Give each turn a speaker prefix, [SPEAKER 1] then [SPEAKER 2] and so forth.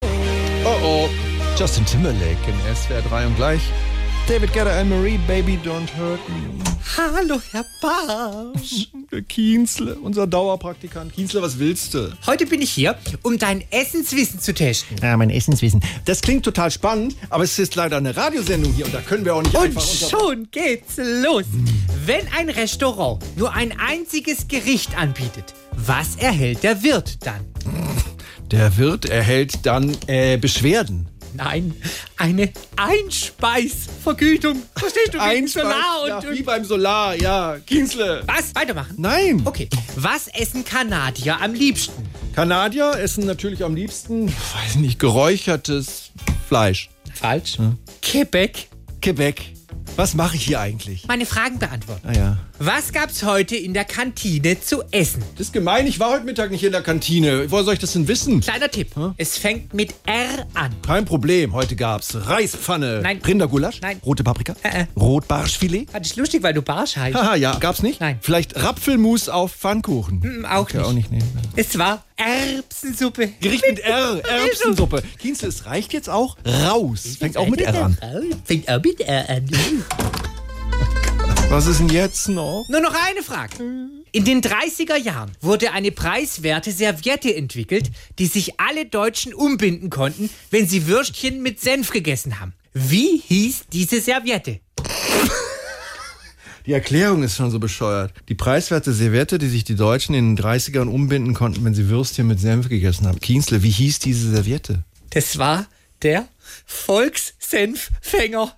[SPEAKER 1] Bravo. Oh, Justin Timberlake in SWR 3 und gleich. David Guetta and Marie, Baby Don't Hurt Me. Hallo, Herr Barsch. äh, Kienzle, unser Dauerpraktikant. Kienzle, was willst du?
[SPEAKER 2] Heute bin ich hier, um dein Essenswissen zu testen.
[SPEAKER 1] Ja, mein Essenswissen. Das klingt total spannend, aber es ist leider eine Radiosendung hier und da können wir auch nicht
[SPEAKER 2] Und
[SPEAKER 1] einfach unser-
[SPEAKER 2] schon geht's los. Wenn ein Restaurant nur ein einziges Gericht anbietet, was erhält der Wirt dann?
[SPEAKER 1] Der Wirt erhält dann äh, Beschwerden.
[SPEAKER 2] Nein, eine Einspeisvergütung. Verstehst du? wegen
[SPEAKER 1] Einspeis-
[SPEAKER 2] Solar
[SPEAKER 1] ja,
[SPEAKER 2] und,
[SPEAKER 1] wie
[SPEAKER 2] und
[SPEAKER 1] beim Solar, ja. Kienzle.
[SPEAKER 2] was? Weitermachen.
[SPEAKER 1] Nein.
[SPEAKER 2] Okay, was essen Kanadier am liebsten?
[SPEAKER 1] Kanadier essen natürlich am liebsten, weiß nicht, geräuchertes Fleisch.
[SPEAKER 2] Falsch. Quebec.
[SPEAKER 1] Quebec. Was mache ich hier eigentlich?
[SPEAKER 2] Meine Fragen beantworten.
[SPEAKER 1] Naja.
[SPEAKER 2] Was gab's heute in der Kantine zu essen?
[SPEAKER 1] Das ist gemein, ich war heute Mittag nicht in der Kantine. Woher soll ich das denn wissen?
[SPEAKER 2] Kleiner Tipp. Es fängt mit R an.
[SPEAKER 1] Kein Problem, heute gab's Reispfanne.
[SPEAKER 2] Nein.
[SPEAKER 1] Rindergulasch?
[SPEAKER 2] Nein.
[SPEAKER 1] Rote Paprika?
[SPEAKER 2] Äh, äh.
[SPEAKER 1] Rotbarschfilet?
[SPEAKER 2] Fand ich lustig, weil du Barsch heißt.
[SPEAKER 1] Haha, ja. Gab's nicht?
[SPEAKER 2] Nein.
[SPEAKER 1] Vielleicht Rapfelmus auf Pfannkuchen?
[SPEAKER 2] Hm, Auch
[SPEAKER 1] Ja,
[SPEAKER 2] nicht.
[SPEAKER 1] auch nicht, nee.
[SPEAKER 2] Es war Erbsensuppe.
[SPEAKER 1] Gericht mit R, Erbsensuppe. Kienzle, es reicht jetzt auch raus. Fängt auch mit R an.
[SPEAKER 2] Fängt auch mit R an.
[SPEAKER 1] Was ist denn jetzt noch?
[SPEAKER 2] Nur noch eine Frage. In den 30er Jahren wurde eine preiswerte Serviette entwickelt, die sich alle Deutschen umbinden konnten, wenn sie Würstchen mit Senf gegessen haben. Wie hieß diese Serviette?
[SPEAKER 1] Die Erklärung ist schon so bescheuert. Die preiswerte Serviette, die sich die Deutschen in den 30ern umbinden konnten, wenn sie Würstchen mit Senf gegessen haben. Kienzle, wie hieß diese Serviette?
[SPEAKER 2] Das war der Volkssenffänger.